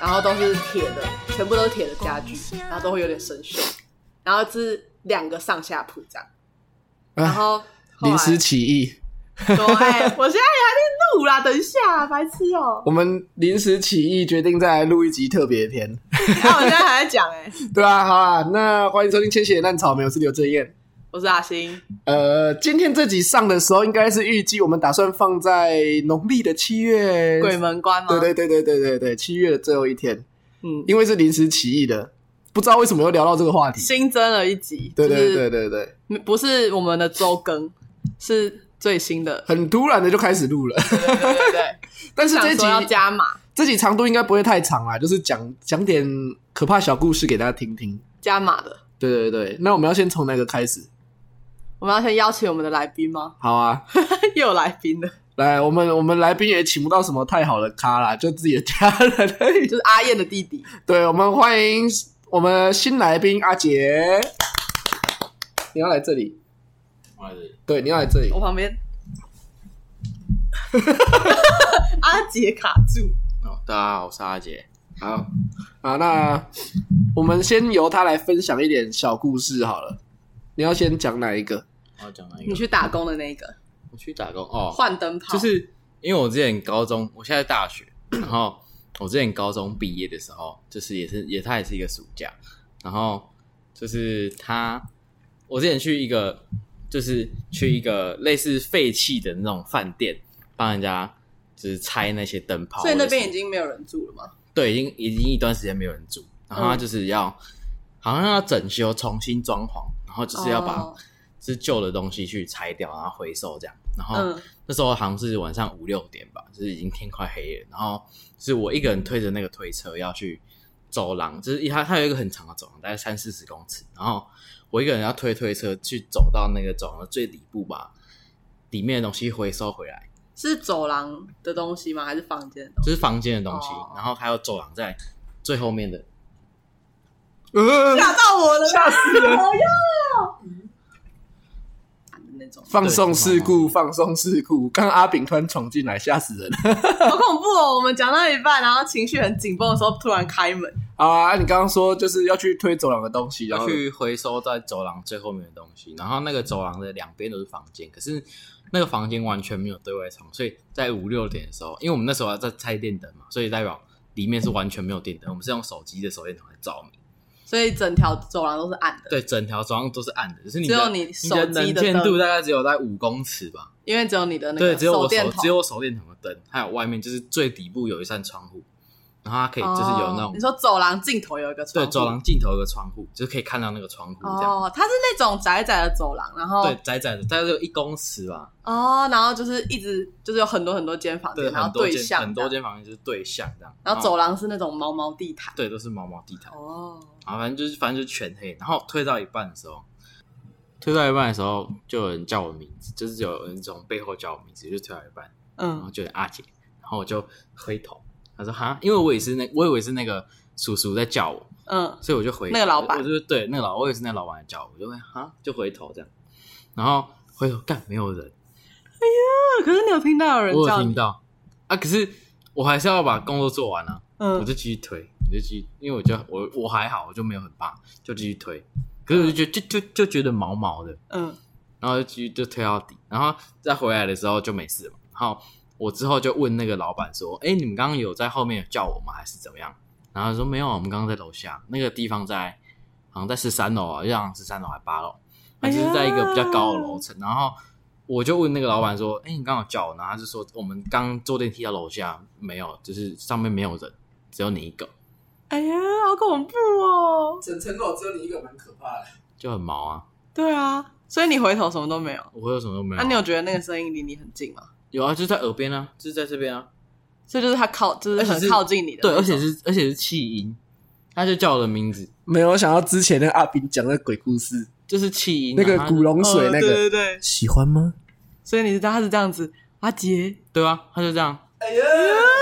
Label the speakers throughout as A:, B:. A: 然后都是铁的，全部都是铁的家具，然后都会有点生锈，然后是两个上下铺这样，然
B: 啊，
A: 后后来
B: 临时起意，
A: 说，哎、我现在也还在录啦，等一下、白痴哦、
B: 我们临时起意决定再来录一集特别篇，
A: 那、我现在还在讲哎、
B: 对啊，好啊，那欢迎收听《千禧的烂草莓》，我是刘正燕。
A: 我是阿星，
B: 呃，今天这集上的时候，应该是预计我们打算放在农历的七月，
A: 鬼门关吗？
B: 对对对对对对对，七月的最后一天，
A: 嗯，
B: 因为是临时起意的，不知道为什么又聊到这个话题。
A: 新增了一集，
B: 对对对对对，
A: 就是不是我们的周更，是最新 的，
B: 很突然的就开始录了，
A: 对对对对对，
B: 但是这
A: 想
B: 一集
A: 说要加码，
B: 这集长度应该不会太长啦，就是讲讲点可怕小故事给大家听听。
A: 加码的，
B: 对对对，那我们要先从哪个开始？
A: 我们要先邀请我们的来宾吗？
B: 好啊，
A: 又有来宾了，
B: 来，我们我们来宾也请不到什么太好的咖啦，就自己的家人而已
A: 就。是阿燕的弟弟，
B: 对，我们欢迎我们新来宾阿杰，你要来这里，对，你要来这里
A: 我，旁边。 阿杰卡住，
C: 哦，大家好，我是阿杰。
B: 好，好，啊那我们先由他来分享一点小故事好了。你要先讲哪一个？
C: 我要讲哪一
A: 你
C: 个？
A: 去打工的那个
C: 我去打工哦，
A: 换灯泡，
C: 就是因为我之前高中，我现在 大学，然后我之前高中毕业的时候，就是也是也他也是一个暑假，然后就是他，我之前去一个就是去一个类似废弃的那种饭店，帮人家就是拆那些灯泡，
A: 所以那边
C: 或者是
A: 已经没有人住了吗？
C: 对，已经已经一段时间没有人住，然后他
A: 嗯
C: 就是要、好像要整修、重新装潢，然后就是要把
A: 哦
C: 就是旧的东西去拆掉，然后回收这样。然后、
A: 嗯，
C: 那时候好像是晚上五六点吧，就是已经天快黑了。然后就是我一个人推着那个推车要去走廊，就是它它有一个很长的走廊，大概三四十公尺。然后我一个人要推推车去走到那个走廊的最底部吧，里面的东西回收回来。
A: 是走廊的东西吗？还是房间的东西？
C: 就是房间的东西，
A: 哦
C: 然后还有走廊在最后面的。
B: 呃，
A: 吓到我了，
B: 吓死人！
A: 我要那种，
B: 放送事故，放送事故！刚刚阿炳突然闯进来，吓死人！
A: 好恐怖哦！我们讲到一半，然后情绪很紧绷的时候，突然开门，
B: 好啊，你刚刚说就是要去推走廊的东西，然
C: 要
B: 后
C: 去回收在走廊最后面的东西，然后那个走廊的两边都是房间，可是那个房间完全没有对外窗，所以在五六点的时候，因为我们那时候在拆电灯嘛，所以代表里面是完全没有电灯，我们是用手机的手电筒来照明，
A: 所以整条走廊都是暗的，
C: 对，整条走廊都是暗的，就是你
A: 只有
C: 的
A: 你
C: 你的
A: 手机
C: 能
A: 的
C: 见度
A: 灯，
C: 大概只有在五公尺吧，
A: 因为只有你的那
C: 对，
A: 个
C: 只有
A: 手
C: 我
A: 电
C: 手
A: 筒，
C: 只有我手电筒的灯，还有外面就是最底部有一扇窗户，然后它可以就是有那
A: 哦
C: 种、
A: 你说走廊尽头有一个窗
C: 对
A: 户
C: 走廊尽头有个窗户，就是可以看到那个窗户这样。
A: 哦，它是那种窄窄的走廊，然后
C: 对，窄窄的，大概有一公尺吧。
A: 哦，然后就是一直就是有很多很多间房
C: 对，
A: 间，然后
C: 很多
A: 对
C: 间
A: 象
C: 很多
A: 这样，
C: 间房间就是对象这样，
A: 然后走廊是那种毛毛地毯
C: 对都是毛毛地毯，
A: 哦，
C: 然后反正就是反正就是全黑，然后推到一半的时候，推到一半的时候就有人叫我名字，就是有人从背后叫我名字，就推到一半，然
A: 嗯
C: 后就有阿姐，然后我就回头，他说哈，因为我也是那我以为是那个叔叔在叫我，
A: 嗯，
C: 所以我就回
A: 那个老板
C: 我就是对那个老，我也是那个老板叫我，我就会哈就回头这样，然后回头干没有人。
A: 那可是你有听到有人
C: 我
A: 叫
C: 有
A: 你
C: 听，到啊，可是我还是要把工作做完啊，我
A: 嗯，
C: 就继续推，我就继续，因为我就我我还好，我就没有很怕，就继续推。可是我就觉得就就就觉得毛毛的，
A: 嗯，
C: 然后就继续就推到底，然后再回来的时候就没事了嘛。然后我之后就问那个老板说：“哎，你们刚刚有在后面有叫我吗？还是怎么样？”然后他说：“没有啊，我们刚刚在楼下那个地方在，好像在十三楼啊，就好像十三楼还八楼，反正就是在一个比较高的楼层。然后我就问那个老板说：“哎，你刚刚有叫我？”然后他就说：“我们刚坐电梯到楼下，没有，就是上面没有人，只有你一个，
A: 哎呀，好恐怖哦！
B: 整层楼只有你一个，蛮可怕的。
C: 就很毛啊。
A: 对啊，所以你回头什么都没有。
C: 我有什么都没有
A: 那、
C: 啊。
A: 你有觉得那个声音离你很近吗？
C: 有啊，就是在耳边啊，就是在这边啊。”
A: 所以就是他靠，就是
C: 而且
A: 很
C: 是
A: 靠近你的那
C: 对，
A: 种，
C: 而且是而且是气音，他就叫我的名字，
B: 没有想到之前那个阿炳讲的鬼故事，
C: 就是气音，
B: 那个
C: 然后他就
B: 古龙水
A: 嗯
B: 那个，
A: 对对对，
B: 喜欢吗？
A: 所以你知道他是这样子，阿杰，
C: 对啊，他就这样，
A: 哎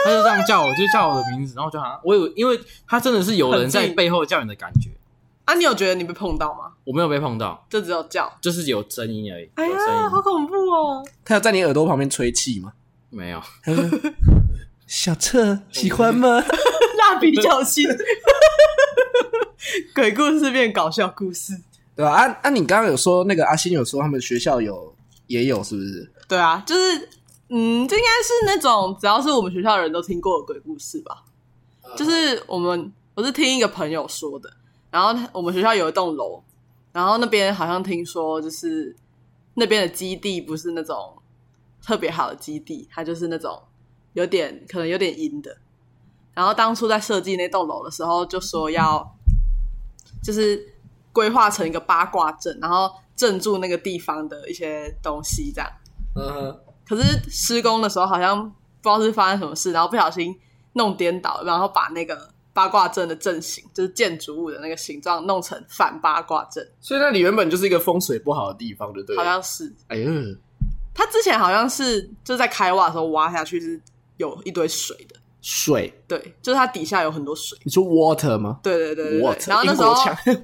C: 他就这样叫我，就叫我的名字，然后我就好像我有，因为他真的是有人在背后叫你的感觉，
A: 啊，你有觉得你被碰到吗？
C: 我没有被碰到，
A: 就只有叫，
C: 就是有声音而已，
A: 哎
C: 有声
A: 呀，好
C: 音
A: 恐怖哦！
B: 他要在你耳朵旁边吹气吗？
C: 没有，
B: 小澈喜欢吗？
A: 大比较性，鬼故事变搞笑故事。
B: 对吧、啊？啊啊，你刚刚有说那个阿星有说他们学校有也有是不是？
A: 对啊，就是嗯，这应该是那种只要是我们学校的人都听过的鬼故事吧。就是我们我是听一个朋友说的，然后他我们学校有一栋楼，然后那边好像听说就是那边的基地不是那种特别好的基地，它就是那种有点可能有点阴的。然后当初在设计那栋楼的时候，就说要就是规划成一个八卦阵，然后镇住那个地方的一些东西这样。
B: 嗯哼，
A: 可是施工的时候好像不知道是发生什么事，然后不小心弄颠倒，然后把那个八卦阵的阵型，就是建筑物的那个形状弄成反八卦阵，
B: 所以那里原本就是一个风水不好的地方，对不对了？
A: 好像是
B: 哎呦，
A: 他之前好像是就在开挖的时候挖下去是有一堆水的，
B: 水，
A: 对，就是它底下有很多水。
B: 你说 water 吗
A: 对对对对对，
B: ？water，
A: 然后那时候
B: 英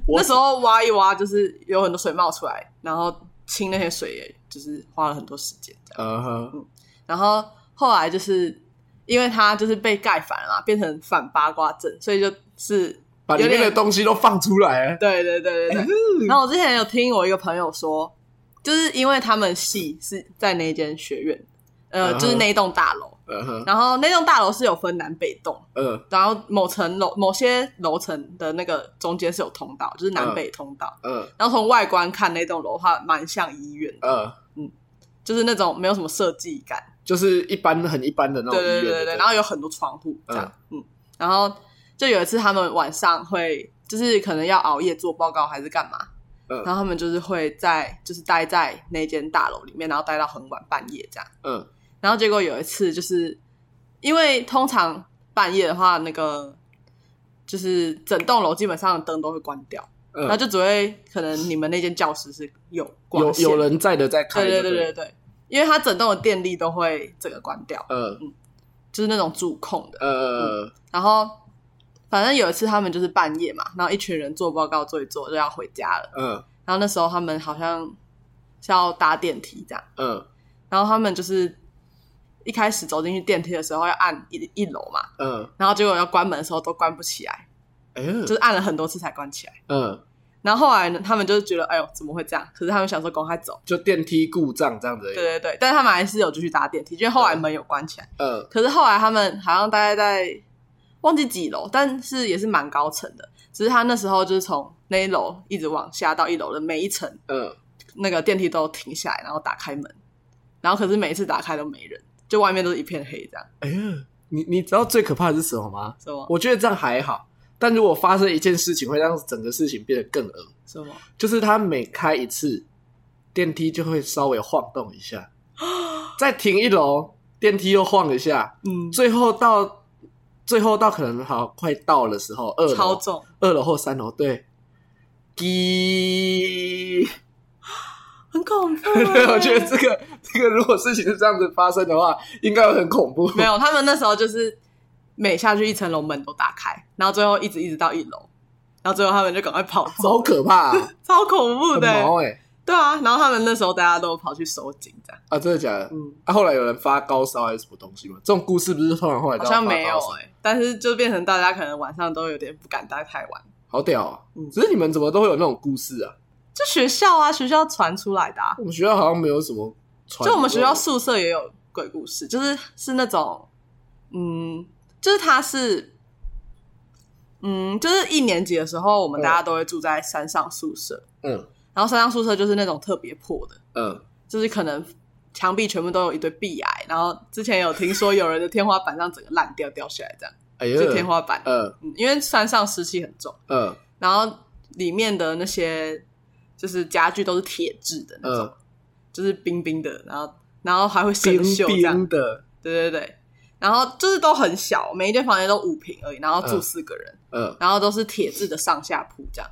B: 国
A: 那
B: 腔 water
A: 时候挖一挖，就是有很多水冒出来，然后清那些水也就是花了很多时间这样。
B: 嗯哼，
A: 然后后来就是因为它就是被盖反了嘛，变成反八卦阵，所以就是
B: 把里面
A: 有
B: 的
A: 点
B: 东西都放出来。
A: 对对对对
B: 哎
A: 对。然后我之前有听我一个朋友说，就是因为他们系是在那间学院，呃，
B: 嗯哼
A: 就是那一栋大楼，
B: 嗯哼，
A: 然后那栋大楼是有分南北栋，
B: 嗯
A: 然后某层楼某些楼层的那个中间是有通道，就是南北通道。
B: 嗯
A: 然后从外观看那栋楼的话，蛮像医院的，
B: 嗯，
A: 就是那种没有什么设计感，
B: 就是一般很一般的那种
A: 对
B: 医院
A: 对
B: 的
A: 对对，然后有很多窗户这样，嗯然后就有一次他们晚上会，就是可能要熬夜做报告还是干嘛，
B: 嗯
A: 然后他们就是会在就是待在那间大楼里面，然后待到很晚半夜这样，
B: 嗯
A: 然后结果有一次就是因为通常半夜的话，那个就是整栋楼基本上灯都会关掉，然后
B: 嗯，
A: 就只会可能你们那间教室是有光
B: 有
A: 线
B: 有人在的在开，
A: 对对
B: 对
A: 对对对，因为它整栋的电力都会整个关掉，
B: 嗯
A: 就是那种主控的。
B: 呃
A: 然后反正有一次他们就是半夜嘛，然后一群人做报告做一做就要回家了，
B: 嗯
A: 然后那时候他们好像是要搭电梯这样，
B: 嗯
A: 然后他们就是一开始走进去电梯的时候要按一一楼嘛，
B: 嗯，
A: 然后结果要关门的时候都关不起来，
B: 哎
A: 就是按了很多次才关起来。
B: 嗯，
A: 然后后来呢，他们就是觉得，哎呦，怎么会这样？可是他们想说赶快走，
B: 就电梯故障这样子而已。
A: 对对对，但是他们还是有继续搭电梯，因为后来门有关起来。
B: 嗯
A: 可是后来他们好像大概在忘记几楼，但是也是蛮高层的。只是他那时候就是从那一楼一直往下到一楼的每一层，
B: 嗯，
A: 那个电梯都停下来，然后打开门，然后可是每一次打开都没人，就外面都是一片黑，这样
B: 哎呀，你你知道最可怕的是什么吗？
A: 什么
B: 我觉得这样还好，但如果发生一件事情，会让整个事情变得更恶。
A: 什么
B: 就是它每开一次，电梯就会稍微晃动一下， 再停一楼，电梯又晃一下，
A: 嗯，
B: 最后到最后到可能好快到的时候，二
A: 超
B: 楼
A: 重，
B: 二楼或三楼，对，滴，。
A: 很恐怖
B: 我觉
A: 欸
B: 得这个这个如果事情是这样子发生的话，应该会很恐怖。
A: 没有，他们那时候就是每下去一层楼门都打开，然后最后一直一直到一楼，然后最后他们就赶快跑走，
B: 好可怕、啊，
A: 超恐怖
B: 很
A: 的欸、
B: 毛哎、
A: 对啊，然后他们那时候大家都跑去收紧，这样，
B: 啊，真的假的？
A: 嗯，
B: 啊，后来有人发高烧还是什么东西吗？这种故事不是通常后来
A: 好
B: 都要发
A: 像没有
B: 高烧
A: 哎、但是就变成大家可能晚上都有点不敢待太晚，
B: 好屌、啊！
A: 嗯
B: 只是你们怎么都会有那种故事啊？
A: 就学校啊，学校传出来的、啊，
B: 我们学校好像没有什么传，
A: 就我们学校宿舍也有鬼故事，就是是那种，嗯，就是他是，嗯，就是一年级的时候，我们
B: 嗯
A: 大家都会住在山上宿舍，
B: 嗯
A: 然后山上宿舍就是那种特别破的，
B: 嗯
A: 就是可能墙壁全部都有一堆壁癌，然后之前有听说有人的天花板上整个烂掉掉下来， 这样
B: 哎
A: 就
B: 呦，
A: 天花板，
B: 嗯
A: 嗯，因为山上湿气很重，
B: 嗯
A: 然后里面的那些就是家具都是铁质的那种，
B: 嗯，
A: 就是冰冰的，然后然后还会生
B: 冰
A: 锈这样
B: 冰，的，
A: 对对对。然后就是都很小，每一间房间都五平而已，然后住
B: 嗯
A: 四个人，
B: 嗯
A: 然后都是铁质的上下铺这样，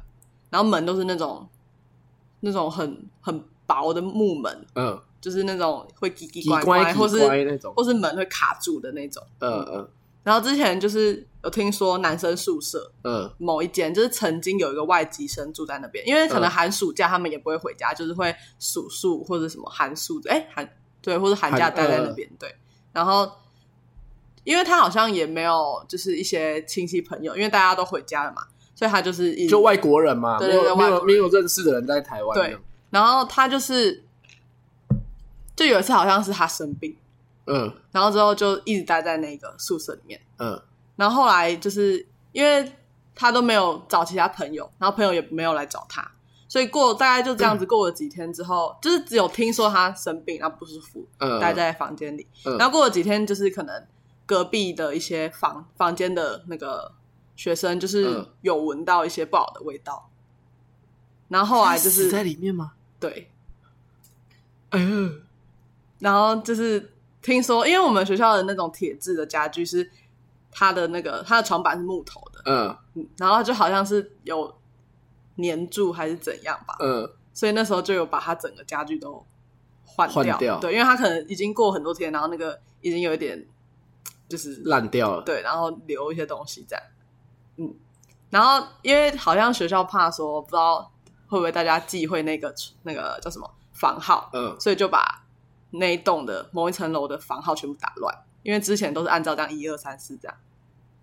A: 然后门都是那种那种很很薄的木门，
B: 嗯，
A: 就是那种会叽叽
B: 几
A: 怪
B: 乖
A: 或
B: 几
A: 是
B: 乖那种，
A: 或是门会卡住的那种。
B: 嗯嗯
A: 然后之前就是有听说男生宿舍
B: 嗯
A: 某一间，就是曾经有一个外籍生住在那边，因为可能
B: 嗯
A: 寒暑假他们也不会回家，就是会暑宿或者什么寒暑，哎寒对，或者寒假
B: 寒嗯
A: 待在那边对。然后因因为他好像也没有就是一些亲戚朋友，因为大家都回家了嘛，所以他就是一直
B: 就外国人嘛，
A: 对
B: 没
A: 对
B: 有
A: 对
B: 没
A: 外
B: 有
A: 国
B: 没有认识的人在台湾，
A: 对，然后他就是，就有一次好像是他生病，
B: 嗯
A: 然后之后就一直待在那个宿舍里面。
B: 嗯
A: 然后后来就是因为他都没有找其他朋友，然后朋友也没有来找他，所以过大概就这样
B: 嗯
A: 子过了几天之后，就是只有听说他生病，然后不舒服，
B: 嗯，
A: 待在房间里。
B: 嗯
A: 然后过了几天，就是可能隔壁的一些房房间的那个学生，就是
B: 嗯
A: 有闻到一些不好的味道。然后后来就
B: 死在
A: 是
B: 里面吗？
A: 对，
B: 哎呦，
A: 然后就是听说，因为我们学校的那种铁质的家具是它的那个它的床板是木头的，
B: 嗯
A: 嗯然后就好像是有粘住还是怎样吧，
B: 嗯
A: 所以那时候就有把它整个家具都换
B: 换掉
A: 对，因为它可能已经过很多天，然后那个已经有一点就是
B: 烂掉了，
A: 对，然后留一些东西这样，嗯，然后因为好像学校怕说不知道会不会大家忌讳那个那个叫什么房号，
B: 嗯
A: 所以就把那一栋的某一层楼的房号全部打乱，因为之前都是按照这样一二三四这样，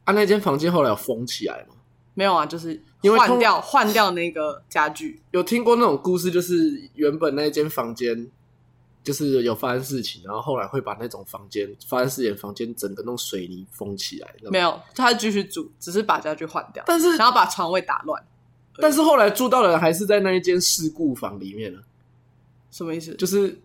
B: 啊，那间房间后来有封起来吗？
A: 没有啊，就是
B: 因为通
A: 换掉换掉那个家具，
B: 有听过那种故事，就是原本那间房间就是有发生事情，然后后来会把那种房间发生事情的房间整个弄水泥封起来。
A: 没有，他继续住，只是把家具换掉，
B: 但是
A: 然后把床位打乱，
B: 但是后来住到的人还是在那一间事故房里面了，
A: 什么意思？
B: 就是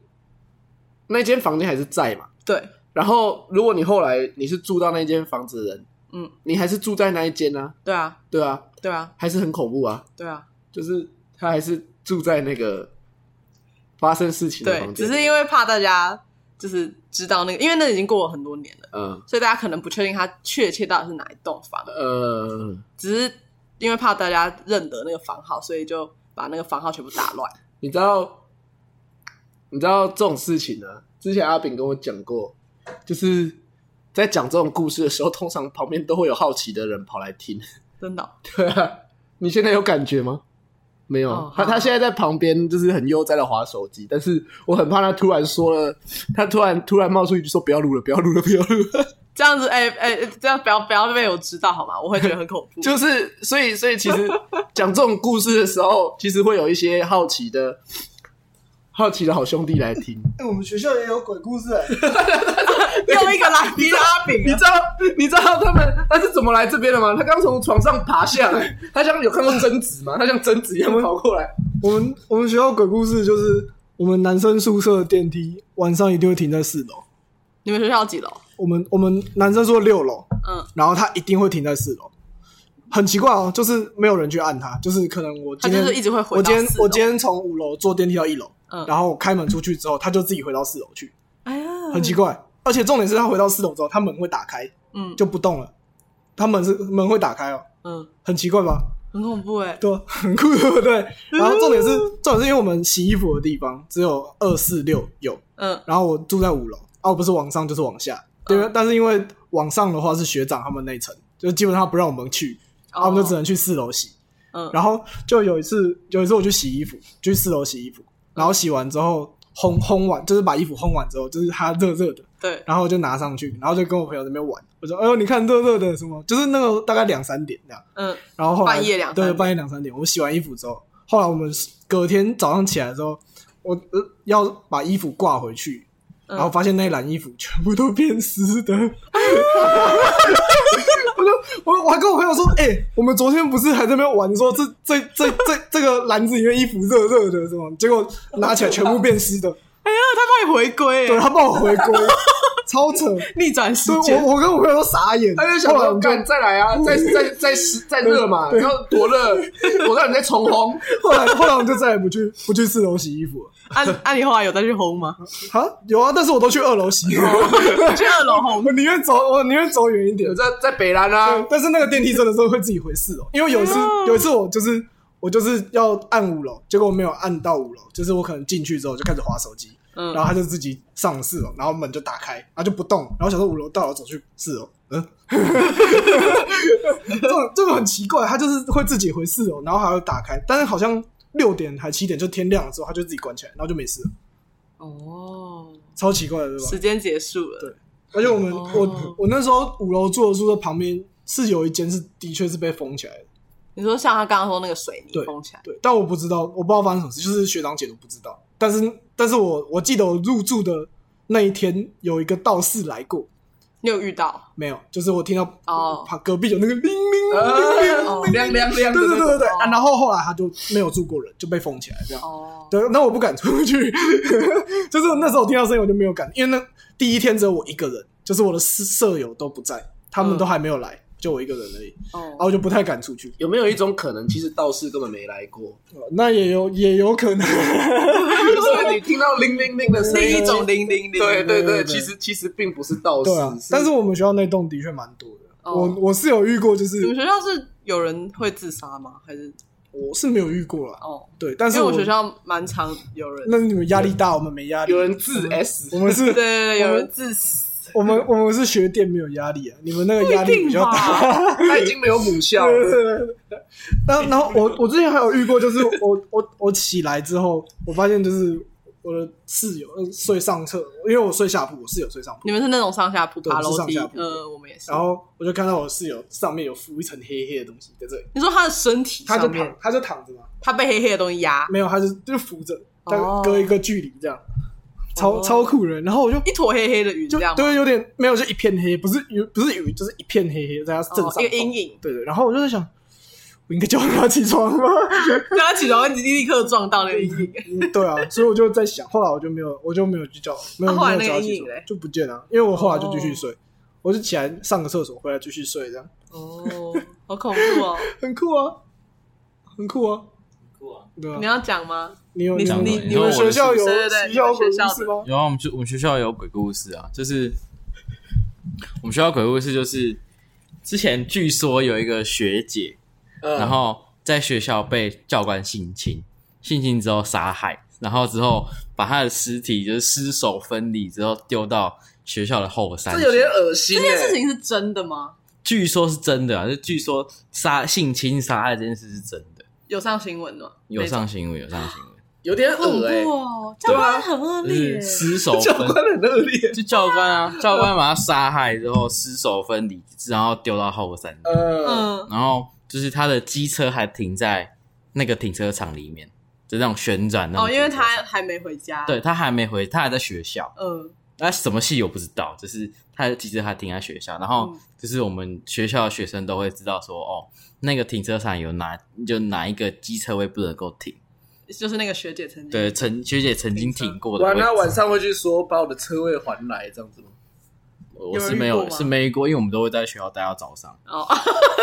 B: 那间房间还是在嘛。
A: 对，
B: 然后如果你后来你是住到那间房子的人，
A: 嗯，
B: 你还是住在那一间啊，
A: 对啊，
B: 对啊，
A: 对啊，
B: 还是很恐怖啊，
A: 对啊，
B: 就是他还是住在那个发生事情的
A: 对，
B: 房间，
A: 只是因为怕大家就是知道那个，因为那已经过了很多年了。
B: 嗯
A: 所以大家可能不确定它确切到底是哪一栋房，
B: 呃。
A: 只是因为怕大家认得那个房号，所以就把那个房号全部打乱。
B: 你知道，你知道这种事情呢、之前阿炳跟我讲过，就是在讲这种故事的时候，通常旁边都会有好奇的人跑来听。
A: 真的哦、
B: 对啊，你现在有感觉吗？没有，啊
A: 哦
B: 他
A: 好
B: 他现在在旁边就是很悠哉的划手机，但是我很怕他突然说了， 他突然突然冒出一句说不要录了，不要录了，不要录了，
A: 这样子，哎、哎、这样不要不要被我知道好吗？我会觉得很恐怖。
B: 就是所以所以其实讲这种故事的时候，其实会有一些好奇的好奇的好兄弟来听。
D: 哎、我们学校也有鬼故事、哎
A: 又一个来宾阿炳
B: 你
A: 了
B: 知，道你知道他们他是怎么来这边的吗？他刚从床上爬下来，他像有看过贞子吗？他像贞子一样跑过来。
D: 我们我们学校鬼故事就是我们男生宿舍的电梯晚上一定会停在四楼，
A: 你们学校几楼？
D: 我们我们男生说六楼，
A: 嗯，
D: 然后他一定会停在四楼。很奇怪哦，就是没有人去按它，就是可能我
A: 他
D: 今
A: 就
D: 天
A: 是一直会
D: 我
A: 回到
D: 今天
A: 四楼
D: 我今天从五楼坐电梯到一楼，
A: 嗯
D: 然后我开门出去之后，他就自己回到四楼去，
A: 哎呀，
D: 很奇怪。而且重点是他回到四楼之后，他门会打开，
A: 嗯，
D: 就不动了，他门是门会打开哦，
A: 嗯，
D: 很奇怪吧？
A: 很恐怖哎、
D: 对啊，很酷，对不对？然后重点是，重点是因为我们洗衣服的地方只有二四六有，
A: 嗯
D: 然后我住在五楼，啊，我不是往上就是往下，对吧？但是因为往上的话是学长他们那一层，就基本上不让我们去，然后我们就只能去四楼洗。
A: 哦嗯，
D: 然后就有一次，有一次我去洗衣服，去四楼洗衣服，然后洗完之后烘烘完，就是把衣服烘完之后，就是它热热的，
A: 对，
D: 然后我就拿上去，然后就跟我朋友在那边玩，我说：“哎呦，你看热热的什么？”就是那个大概两三点这样。
A: 嗯
D: 然后后来
A: 半夜两三点
D: 对半夜两三点，我洗完衣服之后，后来我们隔天早上起来之后，我、呃、要把衣服挂回去，
A: 嗯
D: 然后发现那一篮衣服全部都变湿的。 我就我我还跟我朋友说，哎、我们昨天不是还在那边玩，说这这这这这个篮子里面衣服热热的，是吗？结果拿起来全部变湿的，
A: 他帮你回归、
D: 对啊
A: 欸，
D: 他帮我回归，超扯。
A: 逆转时
D: 所以
A: 间，
D: 我我跟我朋友都傻眼，
B: 他就想
D: 后来
B: 说，
D: 我们就
B: 干再来 啊，再再再再热嘛，
D: 对
B: 然后多热，我让你再重烘。
D: 后来后来我们就再也不去不去四楼洗衣服了。
A: 按按啊你后来有再去轰 吗？
D: 啊，有啊，但是我都去二楼洗，
A: 去二楼轰，
D: 我宁愿走，我宁愿走远一点
B: 有。在在北兰啊
D: 对，但是那个电梯真的是会自己回四楼，因为有一次
A: 哎呦
D: 有一次我就是我就是要按五楼，结果我没有按到五楼，就是我可能进去之后就开始划手机，
A: 嗯
D: 然后他就自己上四楼，然后门就打开，然后就不动，然后想说五楼到了走去四楼，嗯， 这种这种很奇怪，他就是会自己回四楼，然后还会打开，但是好像六点还七点就天亮了之后，他就自己关起来，然后就没事了，
A: 哦，
D: 超奇怪的对吧？
A: 时间结束了，
D: 对而且我们、
A: 哦
D: 我我那时候五楼住的宿舍旁边是有一间是的确是被封起来的，
A: 你说像他刚刚说那个水泥
D: 对
A: 封起来，
D: 对，但我不知道，我不知道发生什么事，就是学长姐都不知道。但是但是我我记得我入住的那一天有一个道士来过，
A: 你有遇到？
D: 没有，就是我听到
A: 哦
D: 他隔壁有那个铃铃铃铃，
B: 啊凉凉凉的
D: 对对
B: 那
D: 对
B: 种，
D: 对对、
A: 哦
D: 啊，然后后来他就没有住过人，就被封起来这样。
A: 哦，
D: 对，那我不敢出去， 就是那时候我听到声音我就没有敢，因为那第一天只有我一个人，就是我的室舍友都不在，他们都还没有来，就我一个人而已，然
A: 哦，
D: 后就不太敢出去。
B: 有没有一种可能，其实道士根本没来 过？
D: 呃那也有也有可能，
B: 哦 所以你听到铃铃铃的声音，
A: 另一种零零零，
B: 对对
D: 对
B: 对，
D: 对
B: 其实其实并不是道士
D: 对啊，，但是我们学校那栋的确蛮多的。
A: 哦
D: 我我是有遇过，就
A: 你们
D: 是
A: 学校是有人会自杀吗？还是
D: 我是没有遇过啦。
A: 哦？
D: 对，但
A: 因
D: 是
A: 为我学校蛮常有人，
D: 那你们压力大，我们没压力。
B: 有人自 S
D: 我们
A: 对
D: 是，
A: 对对，
D: 我
A: 有人自死，
D: 我们我们是学电没有压力啊，你们那个压力
A: 一
D: 比
A: 定
D: 较大。
A: 吧？
B: 他已经没有母校
D: 对
B: 了。
D: 对对对。然后，然后我我之前还有遇过，就是我我我起来之后，我发现就是我的室友呃睡上厕，因为我睡下铺，我室友睡上铺，
A: 你们是那种上下铺
D: 对
A: 爬
D: 我是
A: 楼
D: 上
A: 梯
D: 下，铺
A: 呃，我们也是
D: 然。后我就看到我室友上面有浮一层黑黑的东西在这里，
A: 你说他的身体
D: 他就
A: 上
D: 躺
A: 面，
D: 他就躺着嘛，
A: 他被黑黑的东西压
D: 没有，他就就扶着，但
A: 哦
D: 隔一个距离这样，超
A: 哦
D: 超酷人。然后我就
A: 一坨黑黑的云
D: 就
A: 这样吗，
D: 对，有点没有，就一片黑，不是云，不是云，就是一片黑黑在他正
A: 哦
D: 上方，
A: 一个阴影。
D: 对对，然后我就在想，我应该叫他起床吗？
A: 对他起床你立刻撞到那个 阴影，
D: 嗯，对啊，所以我就在想，后来我就没有，我就没有去叫，没有、
A: 啊后来
D: 没有
A: 那个
D: 叫他起
A: 阴影
D: 床
A: 嘞
D: 就不见了，因为我后来就继续睡，我就起来上个厕所，回来继续睡，这样
A: 哦，好恐怖哦！
D: 很酷啊，很酷啊，
C: 过
D: 对啊
A: 你，要讲吗？
D: 你有
A: 你
D: 有
A: 你
D: 你
C: 你
D: 们
C: 说我
D: 学
C: 的
D: 校
C: 是
D: 有
A: 不是对对对
D: 学校有
A: 你们学
D: 鬼
A: 校
D: 故事吗？
C: 啊然后我们学我们学校有鬼故事啊，就是我们学校鬼故事就是之前据说有一个学姐，然
B: 然
C: 后在学校被教官性侵，性侵之后杀害，然后之后把她的尸体就是尸首分离之后丢到学校的后山
B: 这
C: 去。
B: 有点恶心
A: 这件事
B: 哎。
A: 情是真的吗？
C: 据说是真的啊，就据说杀性侵杀害这件事是真的，
A: 有上新闻吗？
C: 有上新闻，有上新闻，
B: 有点
A: 那种，
B: 恶
C: 欸
B: 哎
A: 恐怖，哦，教官很恶
C: 就
A: 劣
C: 是
A: 耶，
C: 尸首
B: 教
C: 分
B: 官很恶劣。
C: 就教官啊，教官把他杀害之后，尸首分离，然后丢到后山，
B: 呃，
A: 嗯，
C: 然后就是他的机车还停在那个停车场里面，就那种旋转那种
A: 哦，
C: 停
A: 因
C: 车
A: 为
C: 场。
A: 他还没回家，
C: 嗯对，他还没回，他还在学校。
A: 嗯，
C: 那什么系我不知道，就是他的机车还停在学校，然后
A: 嗯
C: 就是我们学校的学生都会知道说，哦，那个停车场有哪就哪一个机车位不能够停。
A: 就是那个学姐曾经
C: 对，曾学姐曾经
A: 嗯停车
C: 停过的位
B: 完
C: 置。
B: 了晚上会去说把我的车位还来这样子吗？
C: 我
A: 有
C: 是
A: 人
C: 没
A: 遇
C: 有
A: 过吗
C: 是没遇过，因为我们都会在学校待到早上。
A: 哦，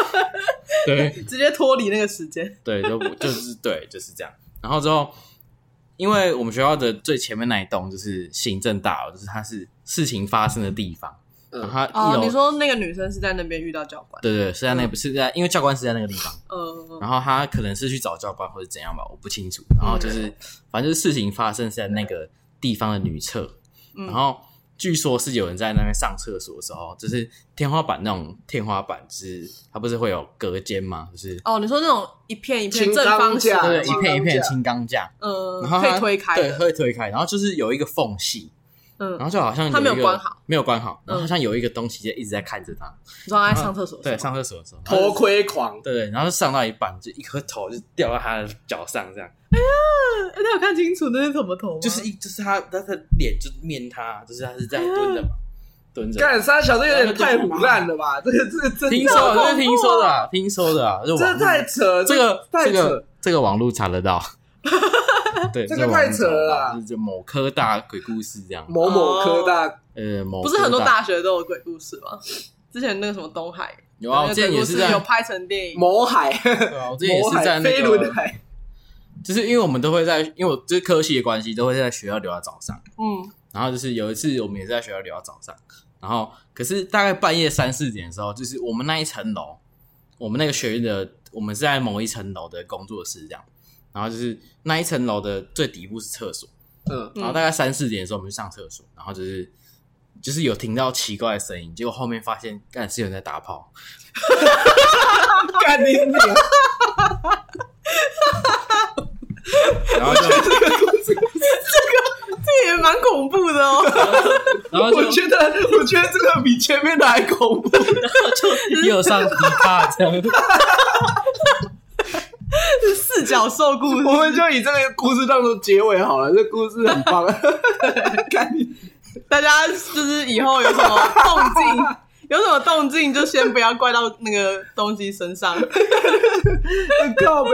C: 对，
A: 直接脱离那个时间，
C: 对，就不就是对，就是这样。然后之后，因为我们学校的最前面那一栋就是行政大楼，就是它是事情发生的地方。
B: 嗯
C: 然后它一
A: 哦，
C: 楼，
A: 你说嗯那个女生是在那边遇到教官，
C: 对对，是在那不是在，因为教官是在那个地方，
A: 嗯，
C: 然后他可能是去找教官或者怎样吧，我不清楚。然后
A: 嗯
C: 就是，反正就是事情发生是在那个地方的女厕，
A: 嗯
C: 然后据说是有人在那边上厕所的时候，就是天花板那种天花板，就是它不是会有隔间吗？就是。
A: 哦，你说那种一片一片
B: 青
A: 正
B: 钢
A: 方形
B: 架
A: 的
C: 对，
A: 吗，
C: 一片一片的轻钢架，
A: 嗯，
C: 然后
A: 可
C: 它
A: 以推开
C: 对，
A: 的，
C: 可以推开，然后就是有一个缝隙，
A: 嗯
C: 然，后就好像
A: 它没有
C: 一个
A: 关好，
C: 没有关好，然
A: 嗯
C: 后好像有一个东西就一直在看着他，
A: 你说她在上厕所，
C: 啊对，，上厕所的时候，然后
B: 头盔狂，
C: 对对，然后上到一半就一颗头就掉到他的脚上，这样，
A: 哎，他有看清楚那是什么头吗？
C: 就是一
B: 嗯
C: 就是他他的脸就面他，就是他是在蹲着嘛，蹲着。
B: 啊干沙小这有点太腐烂了吧？这个这个这
C: 听
B: 这
C: 说
A: 好恐怖
C: 这
A: 啊
C: 是听说的啊，听说的啊，这
B: 这太扯，
C: 这个
B: 太
C: 这
B: 扯
C: 个。这个网络查得到，对，
B: 这个
C: 个网络
B: 太扯
C: 查得
B: 了
C: 到
B: 啊
C: 就是某科大鬼故事这样，
B: 某某科大
C: 呃，某
A: 不是很多
C: 科
A: 大学都有鬼故事吗？ 之前那个什么东海，
C: 有啊，
A: 那
C: 我
A: 个
C: 之前
A: 鬼
C: 也
A: 故
C: 是
A: 事
C: 在
A: 有拍成电影，
B: 某海，
C: 对啊，我之前也
B: 某
C: 是
B: 海
C: 在
B: 飞
C: 那
B: 轮
C: 个，
B: 海，
C: 就是因为我们都会在，因为我这科系的关系，都会在学校留到早上。
A: 嗯，
C: 然后就是有一次，我们也是在学校留到早上，然后可是大概半夜三四点的时候，就是我们那一层楼，我们那个学院的，我们是在某一层楼的工作室这样。然后就是那一层楼的最底部是厕所，
B: 嗯，
C: 然后大概三四点的时候我们去上厕所，然后就是就是有听到奇怪的声音，结果后面发现干是有人在打炮，
B: 干你娘！
C: 然后就
A: 这也蛮恐怖的哦，
C: 然后就
B: 我觉得，我觉得这个比前面的还恐 怖。
E: 也有上迪卡这样，
A: 是四角兽故事
B: 我。们就以这个故事当做结尾好了，这故事很 棒。看你
A: 大家就是以后有什么动静， 有什么动静就先不要怪到那个东西身上。
B: 靠呗。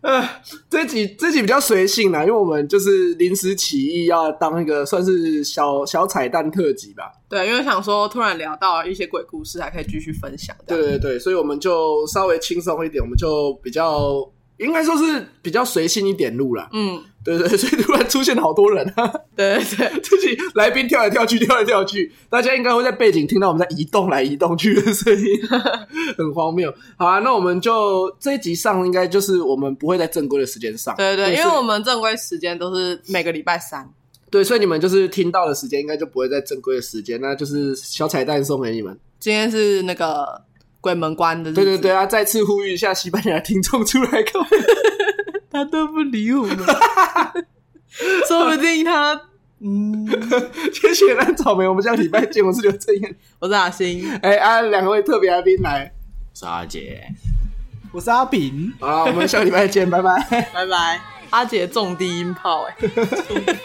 B: 呃，这集这集比较随性啦，因为我们就是临时起意要当一个算是小小彩蛋特辑吧。
A: 对，因为想说突然聊到一些鬼故事，还可以继续分享。这
B: 对
A: 样，
B: 对对，所以我们就稍微轻松一点，我们就比较应该说是比较随性一点录啦。
A: 嗯，
B: 对对，对所以突然出现好多人啊，
A: 对对对，
B: 这集来宾跳来跳去，跳来跳去，大家应该会在背景听到我们在移动来移动去的声音， 很荒谬。好啊，那我们就这一集上应该就是我们不会在正规的时间上，
A: 对对，因为
B: 所以
A: 我们正规时间都是每个礼拜三。
B: 对，所以你们就是听到的时间应该就不会在正规的时间，那就是小彩蛋送给你们。
A: 今天是那个鬼门关的日子，
B: 对对对啊，再次呼吁一下西班牙听众出来看，
A: 他都不理我们，说不定他，嗯，
B: 谢谢烂草莓，我们下个礼拜见，我是刘正彦，
A: 我是阿星，
B: 哎啊，两位特别来宾来，
C: 沙姐。
D: 我是阿炳。
B: 好啦，我们下个礼拜见，拜拜。
A: 拜拜。阿姐重低音炮、欸，哎。